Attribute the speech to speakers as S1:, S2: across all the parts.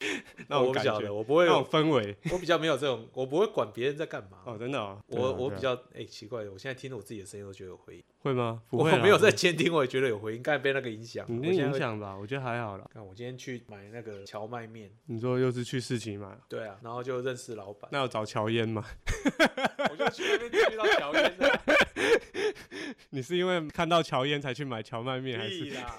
S1: 那
S2: 我
S1: 种
S2: 不
S1: 感
S2: 晓
S1: 觉
S2: 得，，我不会
S1: 那
S2: 有，
S1: 种氛围。
S2: 我比较没有这种，我不会管别人在干嘛。
S1: 哦，真的哦，
S2: 我、
S3: 对啊
S2: 我
S3: 对
S2: 比
S3: 啊
S2: 较哎、奇怪，我现在听着我自己的声音都觉得有回音，
S1: 会 吗？不
S2: 我
S1: 会啦，啊
S2: 没有在监听，我也觉得有回音，刚才被那个影响。啊
S1: 你
S2: 我
S1: 那
S2: 现在
S1: 影
S2: 会。
S1: 响吧，我觉得还好啦。
S2: 看我今天去买那个荞麦面，
S1: 你说又是去市集买，
S2: 对啊，然后就认识老板，
S1: 那要找乔烟吗？
S2: 我就去那边遇到乔烟的，
S1: 你是因为看到乔烟才去买荞麦面，还是
S2: 屁？啦！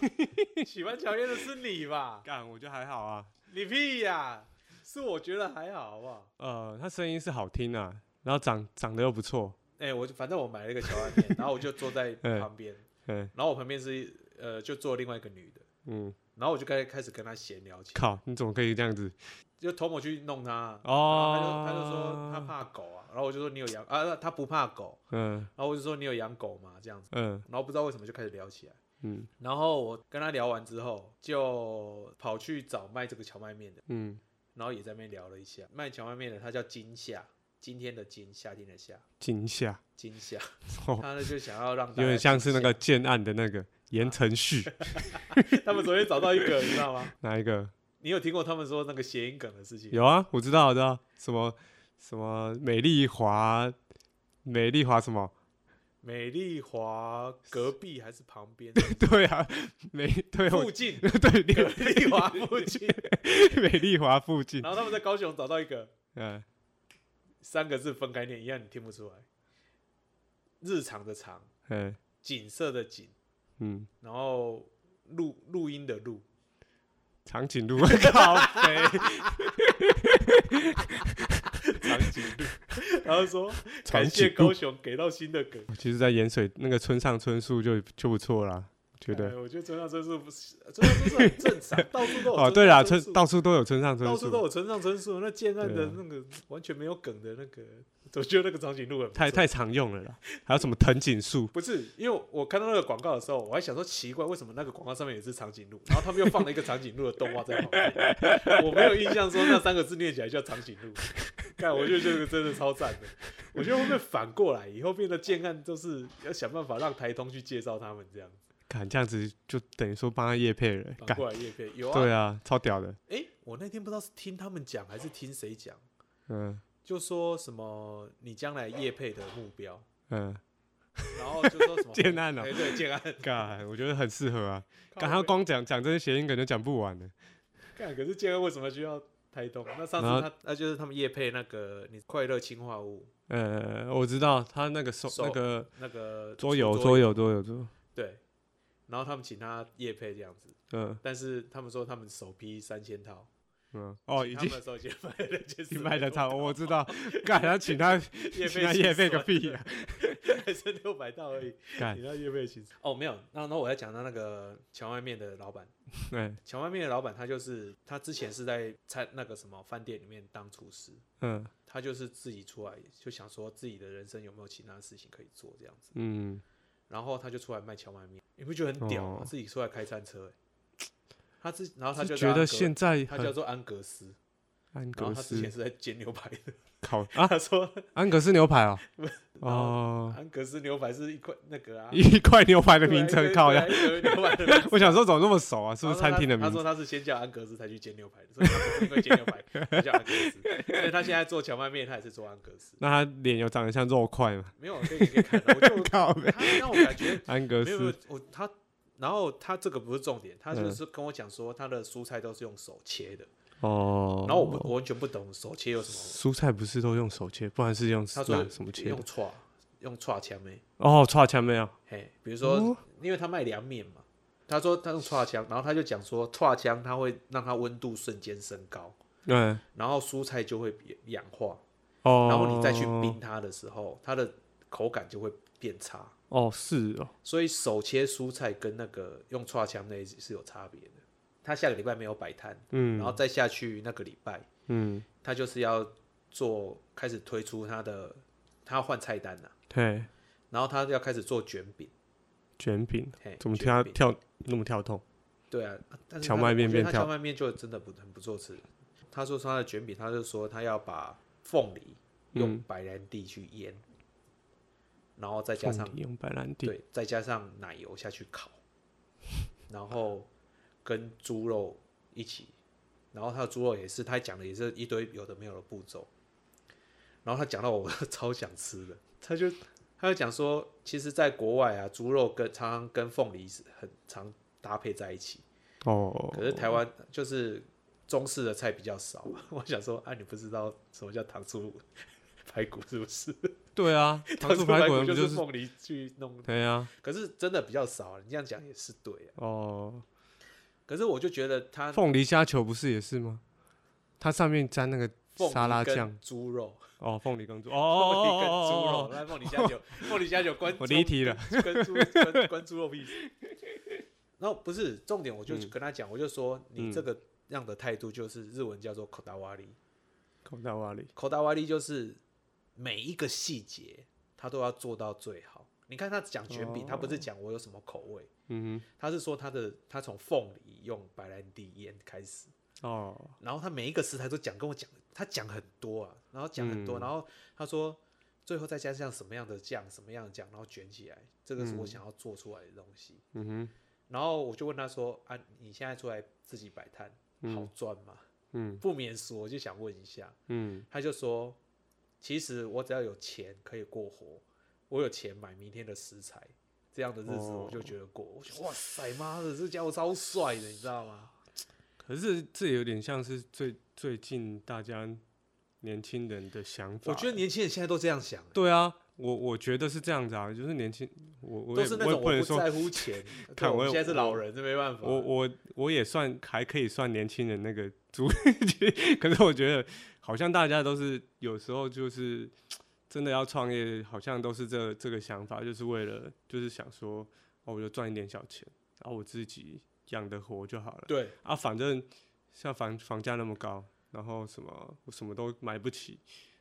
S2: 喜欢乔烟的是你吧？
S1: 干，我觉得还好啊。
S2: 你屁呀！是我觉得还好，好不好？
S1: 呃，他声音是好听啊，然后长长得又不错，
S2: 哎、我就反正我买了一个荞麦面，然后我就坐在
S1: 嗯
S2: 旁边，
S1: 嗯
S2: 然后我旁边是呃，就坐另外一个女的，
S1: 嗯，
S2: 然后我就开开始跟她闲聊起来，
S1: 靠，你怎么可以这样子？
S2: 就偷摸去弄她，然
S1: 哦，
S2: 后她就她就说她，怕狗啊，然后我就说你有养啊，她不怕狗，
S1: 嗯
S2: 然后我就说你有养狗吗？这样子，
S1: 嗯
S2: 然后不知道为什么就开始聊起来。
S1: 嗯
S2: 然后我跟他聊完之后，就跑去找卖这个荞麦面的，
S1: 嗯，
S2: 然后也在那边聊了一下。卖荞麦面的他叫金夏，今天的金，夏天的夏，
S1: 惊 吓，
S2: 金夏。
S1: 哦，
S2: 他呢就想要让大家
S1: 有点像是那个
S2: 惊
S1: 建案的那个言承 旭，
S2: 吓， 他们昨天找到一个，你知道吗？
S1: 哪一个？
S2: 你有听过他们说那个谐音梗的事情？
S1: 有啊，我知道，我知道，什么什么美丽华，美丽华什么？
S2: 美丽华隔壁还是旁 边？
S1: 对啊，美对我，
S2: 附近
S1: 对
S2: 美
S1: 美
S2: 丽华附近。
S1: 美丽华附近，
S2: 然后他们在高雄找到一个
S1: 嗯，
S2: 三个字分开念，一样你听不出来。日常的常，
S1: 嗯
S2: 景色的景。
S1: 嗯，
S2: 然后录录音的录，
S1: 长颈 鹿靠背，
S2: 长颈鹿， 然后说
S1: 长
S2: 感谢
S1: 颈鹿
S2: 高雄给到新的梗，
S1: 其实，在盐水那个村上春树就就不错啦，觉得
S2: 哎。我觉得村上春树不是村上春树很正常， 到处都有
S1: 哦，对啦，
S2: 村
S1: 村
S2: 上
S1: 到处都有村上
S2: 树
S1: 春
S2: 到
S1: 树
S2: 处，都有村上春树，那建案
S1: 对
S2: 的
S1: 啊
S2: 那个完全没有梗的那个，我觉得那个长颈鹿很不错
S1: 太太常用了啦。还有什么藤井树？
S2: 不是，因为我看到那个广告的时候，我还想说奇怪，为什么那个广告上面也是长颈鹿，然后他们又放了一个长颈鹿的动画在旁边，我没有印象说那三个字念起来叫长颈鹿。看，我觉得这个真的超赞的。我觉得会不会反过来，以后变得建案都是要想办法让台通去介绍他们这样，
S1: 敢这样子就等于说帮他叶配了，
S2: 反
S1: 干
S2: 过来叶片有啊？
S1: 对
S2: 啊。
S1: 啊，超屌的，
S2: 哎、我那天不知道是听他们讲还是听谁讲，
S1: 嗯
S2: 就说什么你将来叶配的目标，
S1: 嗯，
S2: 然后就说什 么
S1: 建案哦
S2: 哎、对，建案。
S1: 干，我觉得很适合啊。
S2: 靠
S1: 刚他
S2: 北
S1: 光讲讲这些谐音梗就讲不完了。
S2: 看，可是建安为什么需要台东？那上
S1: 然后
S2: 次他那就是他们夜配那个你快乐氰化物
S1: 呃，我知道他那个手
S2: 手
S1: 那个
S2: 那个
S1: 桌游桌游桌游桌游，
S2: 对，然后他们请他夜配这样子，
S1: 嗯
S2: 但是他们说他们首批三千套
S1: 嗯，哦，已
S2: 他
S1: 经
S2: 们的首先卖了 就是
S1: 你卖的 差，我知道。干，他请他
S2: 夜
S1: 请他
S2: 配
S1: 叶配个屁啊！
S2: 还剩六百套而已，
S1: 干
S2: 你，那夜配其实哦没有，然后然后我在讲到那个荞麦面的老板，
S1: 嗯
S2: 荞麦面的老板他就是他之前是在餐那个什么饭店里面当厨师，
S1: 嗯
S2: 他就是自己出来就想说自己的人生有没有其他事情可以做这样子。
S1: 嗯，
S2: 然后他就出来卖荞麦面，你不觉得很屌吗？
S1: 哦
S2: 自己出来开餐车、欸，他自然后他
S1: 是
S2: 就
S1: 觉
S2: 叫安
S1: 得
S2: 格
S1: 现在
S2: 他叫
S1: 很
S2: 做安格斯，
S1: 安
S2: 然后
S1: 格
S2: 他之前
S1: 斯
S2: 是在煎牛排的，
S1: 烤啊，
S2: 他说
S1: 安格斯牛排 哦
S2: 不，然后
S1: 哦，
S2: 安格斯牛排是一块那个啊，
S1: 一块牛排的
S2: 对啊
S1: 名
S2: 一
S1: 称
S2: 个
S1: 靠
S2: 对
S1: 呀
S2: 啊，一个牛 排的名字
S1: 我想说怎么那么熟啊？是不是餐厅的名
S2: 他
S1: 字
S2: 说？他？他说他是先叫安格斯才去煎牛排的，所以他不是因为 煎牛排才叫安格斯，所以他现在做荞麦面，他也是做安格斯。
S1: 那他脸有长得像肉块吗？
S2: 没有，啊可以可以看到，我就
S1: 靠北，
S2: 他让我感觉
S1: 安格
S2: 没有没有
S1: 斯，嗯
S2: 我他，然后他这个不是重点，他就是跟我讲说他的蔬菜都是用手切的，
S1: 哦。
S2: 然后我不我完全不懂手切有什么，
S1: 蔬菜不是都用手切，不然是用
S2: 他说
S1: 拿什么切的
S2: 啊用？叉用叉枪诶，
S1: 哦，叉枪没有，
S2: 嘿，比如说、
S1: 哦
S2: 因为他卖凉面嘛，他说他用叉枪，然后他就讲说叉枪它会让它温度瞬间升高，
S1: 嗯，
S2: 然后蔬菜就会氧化，
S1: 哦，
S2: 然后你再去冰它的时候，它的口感就会变差，
S1: 哦，是哦，
S2: 所以手切蔬菜跟那个用叉枪那一集是有差别的。他下个礼拜没有摆摊，
S1: 嗯
S2: 然后再下去那个礼拜，
S1: 嗯，
S2: 他就是要做开始推出他的，他要换菜单了、
S1: 嘿，
S2: 然后他要开始做卷饼，
S1: 卷饼
S2: 嘿，
S1: 怎么
S2: 哎卷
S1: 跳
S2: 饼
S1: 跳那么跳动？
S2: 对啊，但是
S1: 荞
S2: 他
S1: 麦
S2: 的
S1: 面
S2: 我觉得
S1: 变
S2: 他
S1: 跳
S2: 荞麦面就真的不很不错吃。他说他的卷饼，他就说他要把凤梨
S1: 嗯
S2: 用白兰地去腌，然后再加上
S1: 凤梨用白兰地，
S2: 对，再加上奶油 下去烤，然后跟猪肉一起然后他的猪肉也是，他讲的也是一堆有的没有的步骤。然后他讲到我 超想吃的，他就他就讲说，其实，在国外啊，猪肉跟常常跟凤梨是很常搭配在一起，
S1: 哦，
S2: 可是台湾就是中式的菜比较少。 我想说，啊，你不知道什么叫糖醋排骨是不是？
S1: 对啊，糖醋排
S2: 排
S1: 骨不
S2: 就
S1: 就是是
S2: 凤梨去弄，
S1: 对啊，
S2: 可是真的比较少啊。你这样讲也是对啊。
S1: 哦，
S2: 可是我就觉得 它
S1: 凤梨虾球不是也是吗？它上面沾那个
S2: 凤梨
S1: 沙拉
S2: 跟
S1: 酱，
S2: 猪肉，
S1: 哦，凤梨跟猪，哦
S2: 凤梨跟猪
S1: 哦
S2: 肉，
S1: 哦哦，
S2: 那凤梨 虾酒，凤梨虾酒关
S1: 我离题了，
S2: 跟猪跟关猪肉屁事。然后不是重点，我就
S1: 嗯
S2: 跟他讲，我就说你
S1: 嗯
S2: 这个样的态度就是日文叫做 k o d a w a r i
S1: 口袋瓦里，
S2: k o d a w a r i 就是每一个细节他都要做到最好。你看他讲卷
S1: 哦
S2: 饼，他不是讲我有什么口味，
S1: 嗯
S2: 他是说他的他从凤梨用白兰地腌开始，
S1: 哼，哦，
S2: 然后他每一个食材都讲，跟我讲，他讲很多啊，然后讲很多，
S1: 嗯
S2: 然后他说最后再加上什么样的酱，什么样的酱，然后卷起来，这个是我想要做出来的东西。
S1: 嗯哼，
S2: 然后我就问他说啊，你现在出来自己摆摊，好赚吗？
S1: 嗯
S2: 不免俗，我就想问一下，
S1: 嗯，
S2: 他就说，其实我只要有钱可以过活，我有钱买明天的食材，这样的日子我就觉得过。我想，哇塞，妈的，这家伙超帅的，你知道吗？
S1: 可是这有点像是最最近大家年轻人的想法，
S2: 我觉得年轻人现在都这样想、
S1: 对啊，我我觉得是这样子啊，就是年轻，我我
S2: 都
S1: 也
S2: 是那
S1: 我也
S2: 种
S1: 不能
S2: 不
S1: 说
S2: 在乎啊钱。
S1: 看
S2: 对我
S1: 我
S2: 们
S1: 也
S2: 现在是老人，这没办法。
S1: 我我我也算还可以算年轻人那个族 可是我觉得好像大家都是有时候就是真的要创业，好像都是这这个想法，就是为了就是想说，哦，我就赚一点小钱，然后我自己养得活就好了。
S2: 对
S1: 啊，反正像房房价那么高，然后什么我什么都买不起，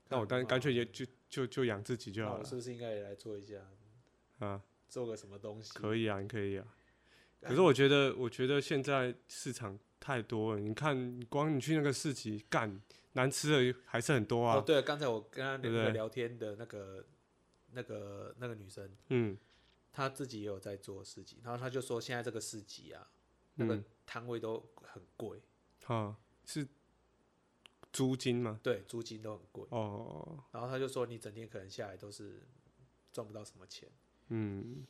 S1: 那我干
S2: 干嘛
S1: 干脆也就就就养自己就
S2: 那
S1: 好
S2: 我
S1: 了
S2: 是不是应该也来做一下，
S1: 啊，
S2: 做个什么东西？
S1: 可以啊，你可以啊。可是我觉得，我觉得现在市场太多了。你看，光你去那个市集干，难吃的还是很多啊。
S2: 哦，对了，刚才我跟他那
S1: 对不
S2: 个
S1: 对
S2: 聊天的那个、那个、那个女生，
S1: 嗯
S2: 她自己也有在做市集，然后她就说现在这个市集啊，那个
S1: 嗯
S2: 摊位都很贵，
S1: 啊，是租金吗？
S2: 对，租金都很贵。
S1: 哦，
S2: 然后她就说你整天可能下来都是赚不到什么钱，
S1: 嗯，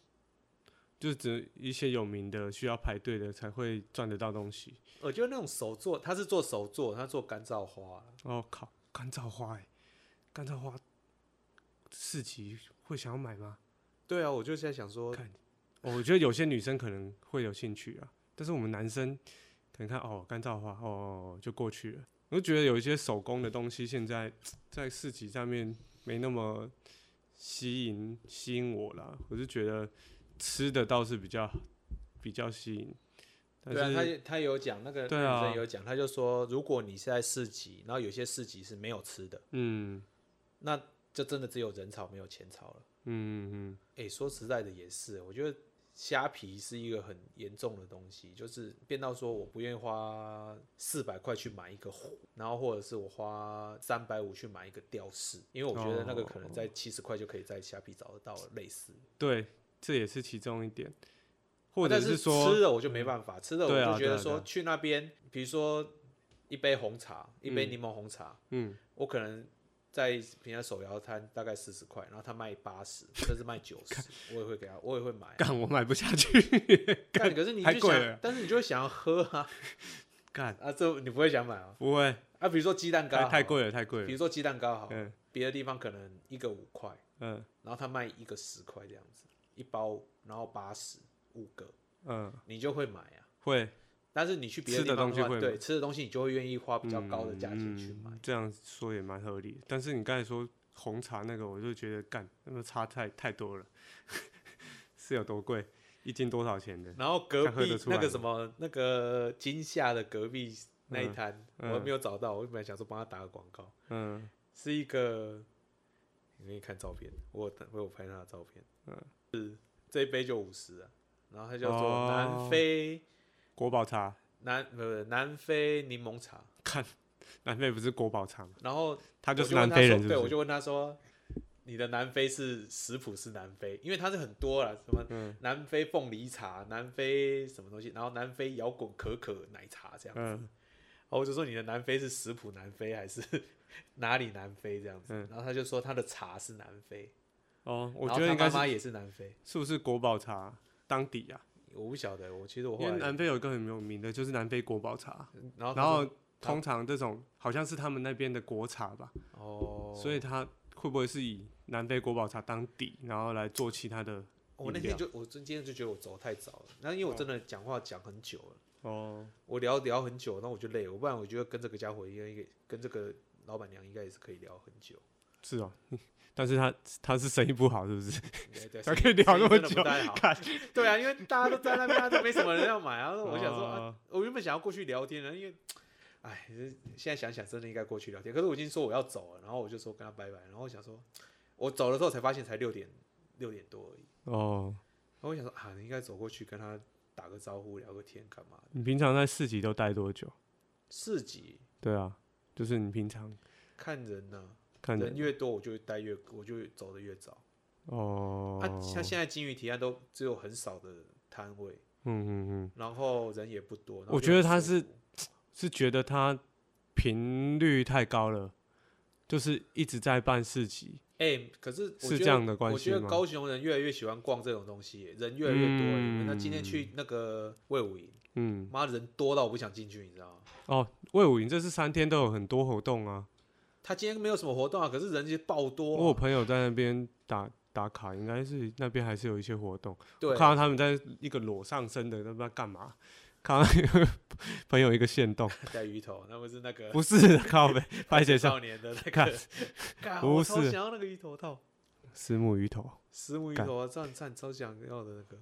S1: 就只一些有名的需要排队的才会赚得到东西。
S2: 我觉得那种手做，她是做手做，她做干燥花啊，
S1: 哦靠，干燥花哎、干燥花市集会想要买吗？
S2: 对啊，我就在想说，
S1: 看哦我觉得有些女生可能会有兴趣啊，但是我们男生可能看哦干燥花哦哦就过去了。我就觉得有一些手工的东西，现在在市集上面没那么吸引吸引我啦。我是觉得吃的倒是比较比较吸引，但
S2: 对啊，他
S1: 是
S2: 也他也有讲那个
S1: 对
S2: 女
S1: 啊
S2: 生有讲，他就说，如果你是在市集，然后有些市集是没有吃的，
S1: 嗯
S2: 那就真的只有人潮没有钱潮了。
S1: 嗯嗯
S2: 哎、说实在的也是，我觉得虾皮是一个很严重的东西，就是变到说我不愿意花四百块去买一个壶，然后或者是我花三百五去买一个吊饰，因为我觉得
S1: 哦
S2: 那个可能在七十块就可以在虾皮找得到了类似的，
S1: 嗯，对，这也是其中一点，或者
S2: 哦啊但是
S1: 说
S2: 吃的我就没办法，吃的我
S1: 对啊
S2: 就觉
S1: 对
S2: 得
S1: 啊对
S2: 说
S1: 啊
S2: 去那边，比如说一杯红茶，一杯柠檬红茶，
S1: 嗯
S2: 我可能在平常手摇摊大概四十块，然后他卖八十，甚至卖九十，我也会给他，我也会买啊。
S1: 干我买不下 去，
S2: 干，可是你
S1: 太
S2: 就
S1: 贵
S2: 想
S1: 了，
S2: 但是你就会想要喝啊
S1: 干
S2: 啊，这你不会想买啊
S1: 不会
S2: 啊，比如说鸡蛋糕
S1: 太太
S2: 好
S1: 贵了太贵
S2: 比
S1: 了，
S2: 如说鸡蛋糕好，
S1: 嗯
S2: 别的地方可能一个五块，
S1: 嗯
S2: 然后他卖一个十块这样子，一包然后八十五个，
S1: 嗯
S2: 你就会买啊。
S1: 会。
S2: 但是你去别
S1: 吃的
S2: 地方
S1: 东西
S2: 的话，
S1: 会
S2: 对
S1: 买
S2: 吃的东西，你就会愿意花比较高的价钱
S1: 嗯
S2: 去买。
S1: 嗯这样说也蛮合理的。但是你刚才说红茶那个，我就觉得干那么差太太多了， 是有多贵？一斤多少钱的？
S2: 然后隔
S1: 看喝
S2: 壁
S1: 得出
S2: 那
S1: 来
S2: 个
S1: 吗
S2: 什么那个金夏的隔壁那一摊，
S1: 嗯
S2: 我还没有找到，我本来想说帮他打个广告，
S1: 嗯，
S2: 是一个，你可以看照片，我有我有拍他的照片，
S1: 嗯，
S2: 是这一杯就五十啊，然后他叫做
S1: 哦
S2: 南非、
S1: 国宝茶，
S2: 南不是南非柠檬茶，
S1: 南非不是国宝茶吗？
S2: 然后
S1: 他
S2: 我就
S1: 就是
S2: 问
S1: 南
S2: 他
S1: 非
S2: 说
S1: 人，是
S2: 对，我
S1: 不是？
S2: 就问他说，你的南非是食谱是南非，因为它是很多啦，什么
S1: 嗯
S2: 南非凤梨茶、南非什么东西，然后南非摇滚可可奶茶这样子。
S1: 嗯，
S2: 然哦，我就说你的南非是食谱南非还是 哪里南非这样子，
S1: 嗯
S2: 然后他就说他的茶是南非，
S1: 哦，我
S2: 然
S1: 觉
S2: 后
S1: 得
S2: 他
S1: 应该
S2: 妈
S1: 是
S2: 妈也是南非，
S1: 是不是国宝茶当底啊？
S2: 我不晓得，我其实我
S1: 因为
S2: 后来，
S1: 南非有一个很有名的，就是南非国宝茶，
S2: 然后他
S1: 然后
S2: 说
S1: 通常这种好像是他们那边的国茶吧，
S2: 哦，
S1: 所以它会不会是以南非国宝茶当底，然后来做其他的？
S2: 我那
S1: 饮料
S2: 天就我今天就觉得我走太早了，那因为我真的讲话讲很久了，
S1: 哦，
S2: 我聊聊很久，那我就累了，不然我觉得跟这个家伙应该应该跟这个老板娘应该也是可以聊很久，
S1: 是哦， 但是他他是生意不好，是不是？
S2: 对对，
S1: 才可以聊那么
S2: 生意真的
S1: 久
S2: 不太好， 对啊，因为大家都在那边，都没什么人要买啊，然后 我想说啊，
S1: 哦
S2: 我原本想要过去聊天的，因为，哎，这现在想想真的应该过去聊天，可是我已经说我要走了，然后我就说跟他拜拜，然后我想说，我走的时候才发现才六点六点多而已，
S1: 哦，
S2: 然后我想说啊，应该走过去跟他打个招呼，聊个天干嘛的？
S1: 你平常在市集都待多久？
S2: 市集
S1: 对啊，就是你平常
S2: 看人呢、
S1: 看的
S2: 人越多我就待越，我就走的越早。
S1: 哦，
S2: 啊，像现在金鱼提案都只有很少的摊位，
S1: 嗯嗯嗯，
S2: 然后人也不多。然后
S1: 我
S2: 就
S1: 觉得
S2: 很
S1: 他
S2: 舒
S1: 是
S2: 服
S1: 是觉得他频率太高了，就是一直在办市集，
S2: 哎、可是我
S1: 是
S2: 觉
S1: 这样
S2: 得
S1: 的关
S2: 我
S1: 系
S2: 觉得
S1: 吗
S2: 高雄人越来越喜欢逛这种东西耶，人越来越多了。那今天去那个魏武营，
S1: 嗯，
S2: 妈人多到我不想进去，你知道吗？
S1: 哦，魏武营这是三天都有很多活动啊，
S2: 他今天没有什么活动啊，可是人就爆
S1: 我
S2: 多、
S1: 有
S2: 啊。
S1: 朋友在那边打打卡，应该是那边还是有一些活动。
S2: 对
S1: 我，看到他们在一个裸上身的，都不知道干嘛。看到有个 朋友一个线动，
S2: 带鱼头，那不是那个
S1: 不是靠背 拍写上
S2: 少年的那
S1: 看
S2: 个，干
S1: 不
S2: 我超
S1: 是
S2: 想要那个鱼头套，
S1: 石母鱼头。
S2: 石目鱼
S1: 干
S2: 头啊，赞赞超想要的那个。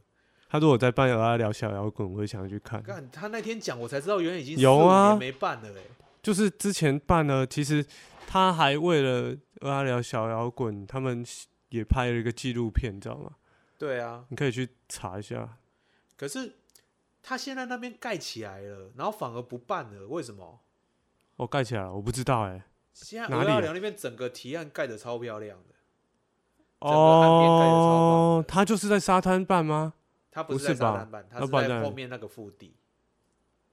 S1: 他如果在办有要聊小摇滚，我会想去看。
S2: 干，他那天讲我才知道，原来已经
S1: 有
S2: 四五
S1: 啊
S2: 年没办了嘞。
S1: 就是之前办了，其实他还为了阿聊小摇滚，他们也拍了一个纪录片，你知道吗？
S2: 对啊，
S1: 你可以去查一下。
S2: 可是他现在那边盖起来了，然后反而不办了，为什么？
S1: 哦，盖起来了，我不知道哎、
S2: 现在
S1: 哪
S2: 鹅
S1: 里
S2: 鸭
S1: 啊
S2: 寮那边整个提案盖的超漂亮的，整个岸边盖得超棒
S1: 哦，他就是在沙滩办吗？
S2: 它不
S1: 不
S2: 是在
S1: 是
S2: 沙
S1: 吧
S2: 滩办，它
S1: 那
S2: 是
S1: 不然在
S2: 在
S1: 哪
S2: 后
S1: 里
S2: 面那个腹地，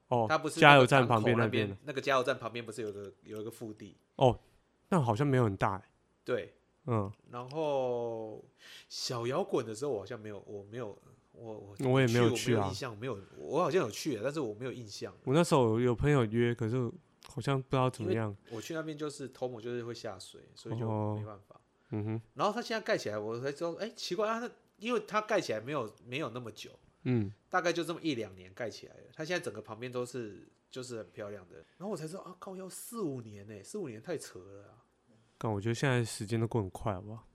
S1: 哦，
S2: 它不是
S1: 加
S2: 那
S1: 油
S2: 个
S1: 站
S2: 港
S1: 旁
S2: 口
S1: 边
S2: 那
S1: 边的，
S2: 那个加油站旁边不是有个有一个腹地？
S1: 那好像没有很大、欸。
S2: 对，
S1: 嗯，
S2: 然后小摇滚的时候我好像没有，我没有，我我
S1: 我也没
S2: 没
S1: 有
S2: 去，
S1: 去
S2: 我
S1: 啊
S2: 印象没有，我好像有去，啊但是我没有印象。
S1: 我那时候有朋友约，可是好像不知道怎么样。
S2: 我去那边就是头母就是会下水，所以就
S1: 哦
S2: 没办法。
S1: 嗯哼，
S2: 然后它现在盖起来，我才知道，哎，奇怪，啊它因为它盖起来没有没有那么久，
S1: 嗯，
S2: 大概就这么一两年盖起来了。它现在整个旁边都是就是很漂亮的。然后我才知道啊，靠，要四五年呢、四五年太扯了啊。
S1: 但我觉得现在时间都过很快，好不好？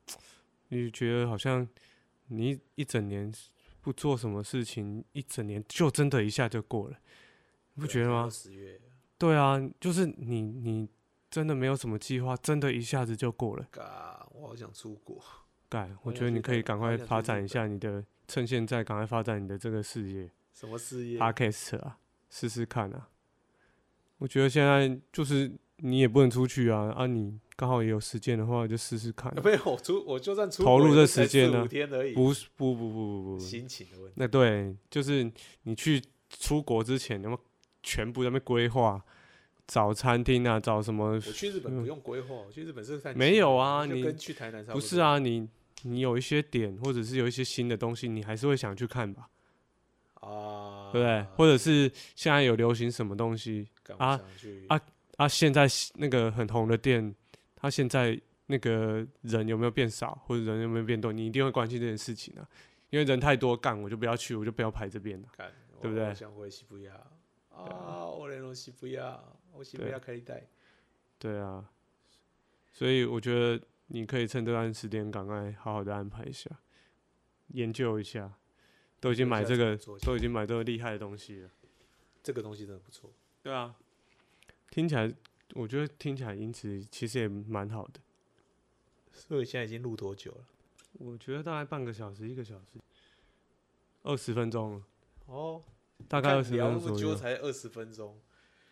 S1: 你觉得好像你一一整年不做什么事情，一整年就真的一下就过了，你不觉得吗？
S2: 十月，
S1: 对啊，就是你你真的没有什么计划，真的一下子就过了。
S2: 嘎，我好想出国。
S1: 盖，
S2: 我
S1: 我
S2: 想
S1: 觉得
S2: 去
S1: 你可以
S2: 日
S1: 赶
S2: 本我
S1: 快
S2: 想去
S1: 发
S2: 日
S1: 展一
S2: 本
S1: 下你的，趁现在赶快发展你的这个事业。
S2: 什么事业？
S1: podcast 啊，试试看啊。我觉得现在就是你也不能出去啊，啊，你刚好也有时间的话，就试试看啊、
S2: 没有，我出我就算出
S1: 投入
S2: 国
S1: 这
S2: 也才
S1: 时间
S2: 四五
S1: 呢
S2: 天而已，
S1: 不是，不不不不不，
S2: 心情的问题。
S1: 那对，就是你去出国之前，那么全部在那边规划，找餐厅啊，找什么？
S2: 我去日本不用规划，我去日本是看
S1: 没有啊
S2: 就
S1: 你
S2: 跟去台南差
S1: 不
S2: 多。
S1: 是，啊，你你有一些点，或者是有一些新的东西，你还是会想去看吧，
S2: 啊，
S1: 对不对？或者是现在有流行什么东西，
S2: 干
S1: 啊
S2: 我想去
S1: 啊啊，现在那个很红的店，他现在那个人有没有变少，或者人有没有变多，你一定会关心这件事情啊。因为人太多，干我就不要去，我就不要排这边了。
S2: 干，我
S1: 啊对不对
S2: 我想回西伯亚啊，我来龙西伯亚，我西伯
S1: 对
S2: 亚开一带。
S1: 对啊，所以我觉得你可以趁这段时间赶快好好的安排一下，研究一下。都已经买这个
S2: 研究一下怎么做，
S1: 都已经买这个厉害的东西了。
S2: 这个东西真的不错。
S1: 对啊，听起来我觉得听起来音质其实也蛮好的。
S2: 所以现在已经录多久了？
S1: 我觉得大概半个小时、一个小时、二十分钟了。
S2: 哦，
S1: 大概
S2: 看
S1: 二十分
S2: 聊
S1: 钟
S2: 那么
S1: 左
S2: 久
S1: 右。
S2: 才二十分钟，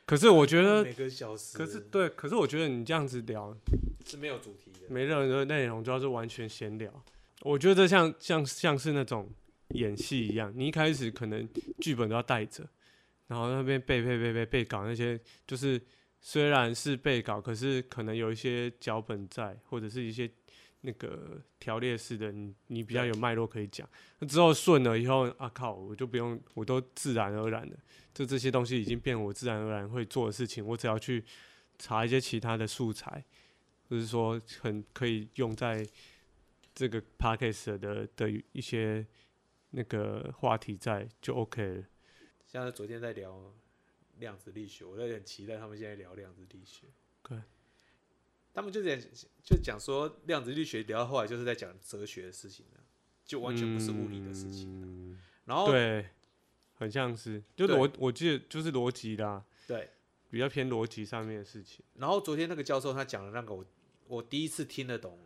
S1: 可是我觉得，
S2: 每个小时，
S1: 可是对，可是我觉得你这样子聊，
S2: 是没有主题的。
S1: 没任何内容，就是完全闲聊。我觉得这像像像是那种演戏一样，你一开始可能剧本都要带着，然然后那边背背背背背稿那些，就是虽然是背稿，可是可能有一些脚本在，或者是一些那个条列式的，你你比较有脉络可以讲。那之后顺了以后，啊靠，我就不用，我都自然而然的，就这些东西已经变我自然而然会做的事情，我只要去查一些其他的素材，就是说很可以用在这个 p a c k a g e 的的一些那个话题在就 OK 了。
S2: 像是昨天在聊量子力学，我在很期待他们现在聊量子力学。
S1: 对，
S2: 他们就讲就讲说量子力学聊到后来就是在讲哲学的事情了，就完全不是物理的事情了。
S1: 嗯
S2: 然后
S1: 对，很像是，就
S2: 哦对
S1: 逻我记得就是逻辑啦，
S2: 对，
S1: 比较偏逻辑上面的事情。
S2: 然后昨天那个教授他讲的那个我我第一次听得懂，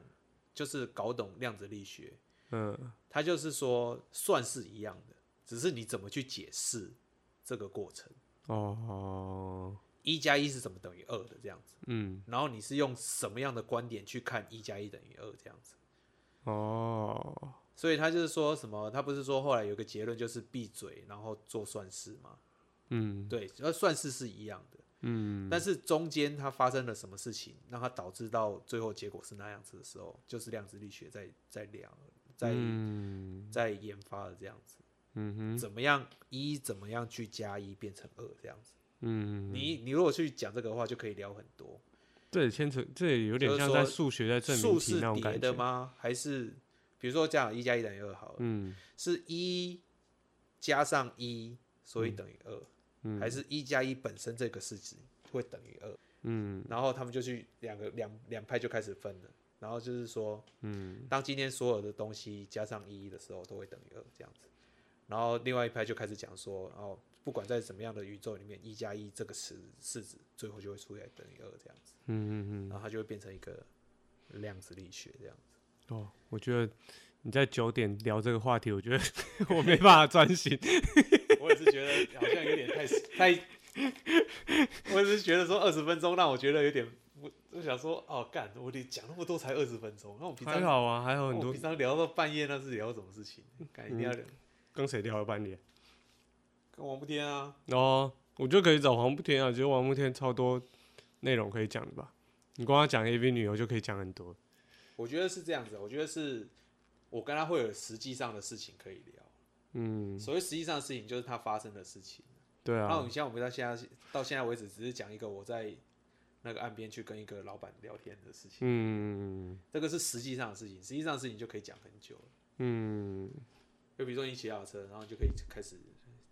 S2: 就是搞懂量子力学。
S1: 嗯，
S2: 他就是说算是一样的，只是你怎么去解释这个过程，
S1: 哦，
S2: 一加一是怎么等于二的这样子，
S1: 嗯，
S2: 然后你是用什么样的观点去看一加一等于二这样子。
S1: 哦，
S2: 所以他就是说什么，他不是说后来有个结论就是闭嘴，然后做算式吗？
S1: 嗯
S2: 对，呃，算式是一样的，
S1: 嗯，
S2: 但是中间它发生了什么事情，让它导致到最后结果是那样子的时候，就是量子力学在在量在
S1: 嗯
S2: 在研发的这样子，
S1: 嗯哼，
S2: 怎么样一怎么样去加一变成二这样子。
S1: 嗯，
S2: 你你如果去讲这个的话，就可以聊很多。
S1: 这也牵扯，这也有点
S2: 就是
S1: 像
S2: 说
S1: 在数学在证
S2: 数
S1: 明题
S2: 是
S1: 那种
S2: 叠
S1: 感
S2: 的
S1: 觉。
S2: 吗？还是比如说这样一加一等于二好了，
S1: 嗯
S2: 是一加上一，所以等于二、
S1: 嗯
S2: 还是一加一本身这个式子会等于二？
S1: 嗯
S2: 然后他们就去两个两两派就开始分了。然后就是说，
S1: 嗯，
S2: 当今天所有的东西加上一的时候，都会等于二这样子。然后另外一派就开始讲说，哦，不管在什么样的宇宙里面，一加一这个式式子最后就会出来等于二这样子。
S1: 嗯嗯嗯，
S2: 然后它就会变成一个量子力学这样子。
S1: 哦，我觉得你在九点聊这个话题，我 觉得我没办法专心。
S2: 我也是觉得好像有点太太， 我也是觉得说二十分钟让我觉得有点，我我想说哦，干，我得讲那么多才二十分钟，那我 平
S1: 还
S2: 常
S1: 好啊，还有很
S2: 我
S1: 多
S2: 平常聊到半夜那是聊什么事情？
S1: 嗯
S2: 干一定要聊、
S1: 跟谁聊了半年。
S2: 跟王不天啊，
S1: 哦，我就可以找王不天啊，觉得王不天超多内容可以讲的吧？你光他讲 AV 女优就可以讲很多。
S2: 我觉得是这样子，我觉得是我跟他会有实际上的事情可以聊。
S1: 嗯，
S2: 所谓实际上的事情，就是他发生的事情。
S1: 对
S2: 那我
S1: 啊
S2: 们，像我们到现在到现在为止，只是讲一个我在那个岸边去跟一个老板聊天的事情。
S1: 嗯
S2: 这个是实际上的事情，实际上的事情就可以讲很久了。
S1: 嗯，
S2: 就比如说你骑脚踏车，然后你就可以开始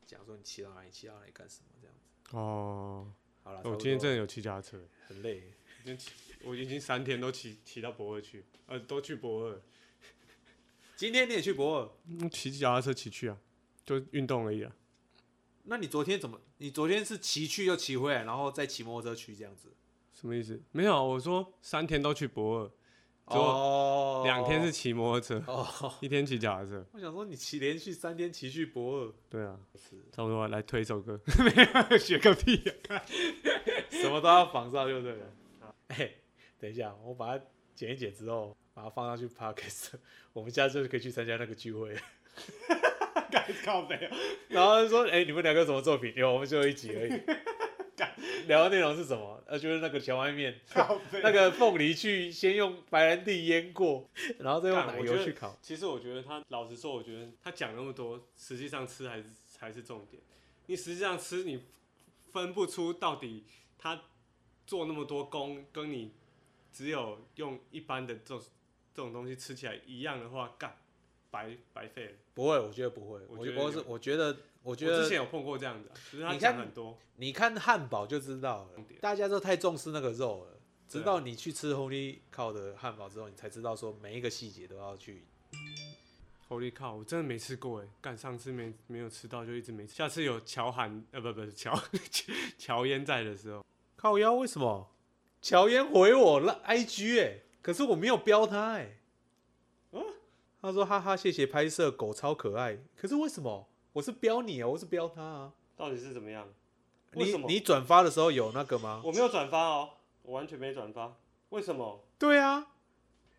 S2: 讲说你骑到哪里，骑到哪里干什么这样子。
S1: 哦，
S2: 好啊了，差
S1: 我
S2: 不
S1: 今天
S2: 多
S1: 真的有骑脚踏车，
S2: 很累，
S1: 我已经三天都骑骑到博尔去，呃，都去博尔，
S2: 今天你也去博尔，
S1: 嗯骑脚踏车骑去啊，就运动而已啊。
S2: 那你昨天怎么？你昨天是骑去又骑回来，然后再骑摩托车去这样子？
S1: 什么意思？没有啊，我说三天都去博尔，就
S2: 哦，
S1: 两天是骑摩托车，
S2: 哦，
S1: 一天骑脚踏车。
S2: 我想说你骑连续三天骑去博尔，
S1: 对啊，
S2: 是
S1: 差不多啊来推一首歌， 没有学个屁啊！
S2: 什么都要仿照就对了。哎、等一下，我把它剪一剪之后，把它放上去 podcast，我 们下次就可以去参加那个 聚会。
S1: 靠北啊
S2: 然后就说：“哎、你们两个有什么作品？有，我们就一集而已。聊的内容是什么？呃，就是那个荞麦面，那个凤梨去先用白兰地腌过，然后再用
S1: 干
S2: 奶
S1: 我
S2: 油
S1: 觉得
S2: 去烤。
S1: 其实我觉得他老实说，我觉得他讲那么多，实际上吃还是才是重点。你实际上吃，你分不出到底他做那么多工，跟你只有用一般的这种这种东西吃起来一样的话，干白白费了。
S2: 不会，我觉得不会。
S1: 我
S2: 我
S1: 觉
S2: 觉
S1: 得
S2: 得是
S1: 有，
S2: 我觉得，我
S1: 我
S2: 觉
S1: 之
S2: 得，
S1: 前有碰过这样的，啊只是他
S2: 你
S1: 讲
S2: 看
S1: 很多，
S2: 你看汉堡就知道了，大家都太重视那个肉
S1: 对
S2: 了。
S1: 啊
S2: 直到你去吃 Holy Cow 的汉堡之后，你才知道说每一个细节都要去。
S1: Holy cow！我真的没吃过哎，干上次没没有吃到，就一直没吃。下次有乔涵呃不不 乔乔烟在的时候，
S2: 靠腰为什么？乔烟回我了 IG 哎、可是我没有标他哎、啊他说哈哈，谢谢拍摄，狗超可爱。可是为什么？我是标你啊，我是标他啊。
S1: 到底是怎么样？为
S2: 你
S1: 什么
S2: 你转发的时候有那个吗？
S1: 我没有转发哦，我完全没转发。为什么？
S2: 对啊，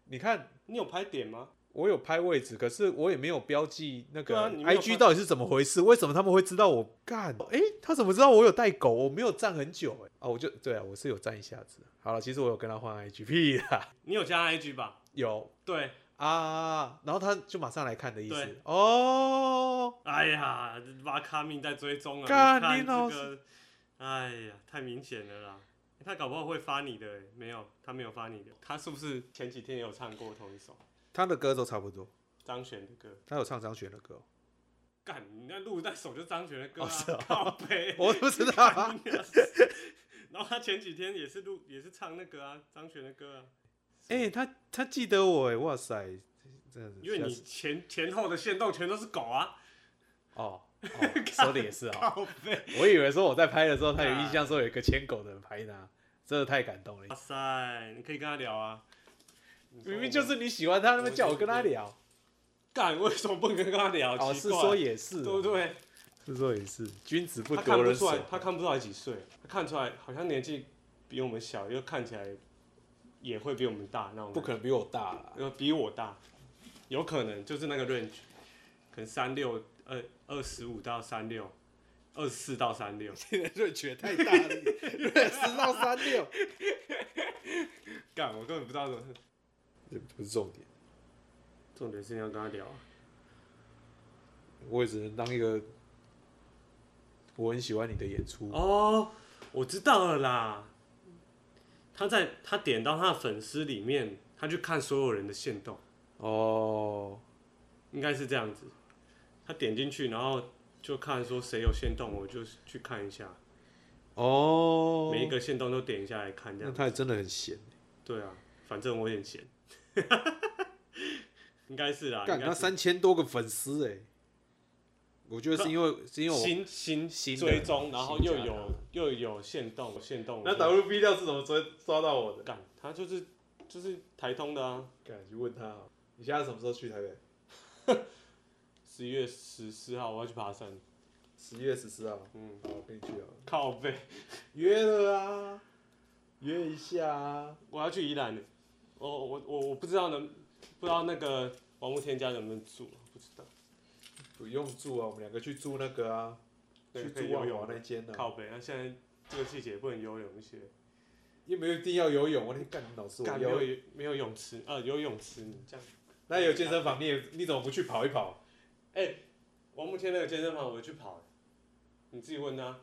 S2: 你看
S1: 你有拍点吗？
S2: 我有拍位置，可是我也没有标记那
S1: 对
S2: 个
S1: 啊你没有
S2: IG
S1: 拍
S2: 到底是怎么回事？为什么他们会知道我干？诶，他怎么知道我有带狗？我没有站很久、诶，啊，我就对啊，我是有站一下子。好了，其实我有跟他换 IG，屁啦，
S1: 你有加 IG 吧？
S2: 有
S1: 对，
S2: 啊，然后他就马上来看的意思
S1: 对。
S2: 哦，
S1: 哎呀，拉卡命在追踪啊！
S2: 干
S1: 你看
S2: 你老
S1: 这个，哎呀，太明显了啦。他搞不好会发你的、欸没有，他没有发你的。他是不是前几天也有唱过同一首
S2: 他的歌都差不多，
S1: 张悬的歌？
S2: 他有唱张悬的歌哦，
S1: 干，你那录那首就是张悬的歌啊，
S2: 哦是哦
S1: 靠背。
S2: 我不知道啊。
S1: 然后他前几天也是录，也是唱那个啊，张悬的歌啊。
S2: 哎、他他记得我哎、哇塞，真的是
S1: 因为
S2: 下
S1: 你
S2: 次
S1: 前前后的线动全都是狗啊，
S2: 哦 哦说的也是啊、
S1: 靠背。
S2: 我以为说我在拍的时候，他有印象说有一个牵狗的人拍他，真的太感动
S1: 哇
S2: 了。
S1: 塞，你可以跟他聊啊。你说
S2: 明明
S1: 我
S2: 就是你喜欢他，那么叫我跟他聊。
S1: 干，为什么不能跟他聊？
S2: 哦，
S1: 奇
S2: 是
S1: 怪
S2: 说也是，
S1: 对不？对？
S2: 是说也是，君子不
S1: 他看不
S2: 夺人
S1: 出
S2: 手
S1: 来，。他看不出来几岁，他看出来好像年纪比我们小，又看起来也会比我们大那种，
S2: 不可能比我大啦。
S1: 能，比我大，有可能就是那个 range，可能三六二二十五到三六，二十四到三六，
S2: 你的瑞觉太大 了，瑞十到三六，
S1: 干，我根本不知道怎么。
S2: 这不是重点。
S1: 重点是你要跟他聊啊，
S2: 我也只能当一个我很喜欢你的演出。
S1: 哦，我知道了啦。他在他点到他的粉丝里面，他去看所有人的线动。
S2: 哦，
S1: 应该是这样子。他点进去，然后就看说谁有限动，我就去看一下，
S2: 哦，
S1: 每一个限动都点一下来看，这
S2: 那
S1: 样。
S2: 他也真的很闲。
S1: 对啊，反正我有点闲， 应该是啦。
S2: 干
S1: 应
S2: 他
S1: 该是
S2: 三千多个粉丝哎、我觉得是因为是因为我
S1: 新新
S2: 新的
S1: 追踪，然后
S2: 新加
S1: 又
S2: 的
S1: 有又有限动，限动。
S2: WB 料是怎么抓抓到我的？
S1: 干他就是就是台通的啊，
S2: 敢去问他、你现在什么时候去台北？
S1: 十一月十四号我要去爬山，
S2: 十一月十四号，
S1: 嗯，
S2: 好，我跟你去啊，
S1: 靠背，
S2: 约了啊，约一下啊，
S1: 我要去宜兰，我我我我不知道能不知道那个王木天家能不能住，不知道。
S2: 不用住啊，我们两个去住那个啊，
S1: 对
S2: 去
S1: 可以
S2: 住万
S1: 游
S2: 华
S1: 泳的
S2: 那间啊，
S1: 靠北，那现在这个季节不能游泳一些，
S2: 又没有一定要游泳，我那天干你老师我
S1: 干没
S2: 游
S1: 有
S2: 泳，
S1: 游没有泳池，呃，游泳池你这样。
S2: 那有健身房，你也你怎么不去跑一跑？啊
S1: 王木天那个健身房我去跑，你自己问他，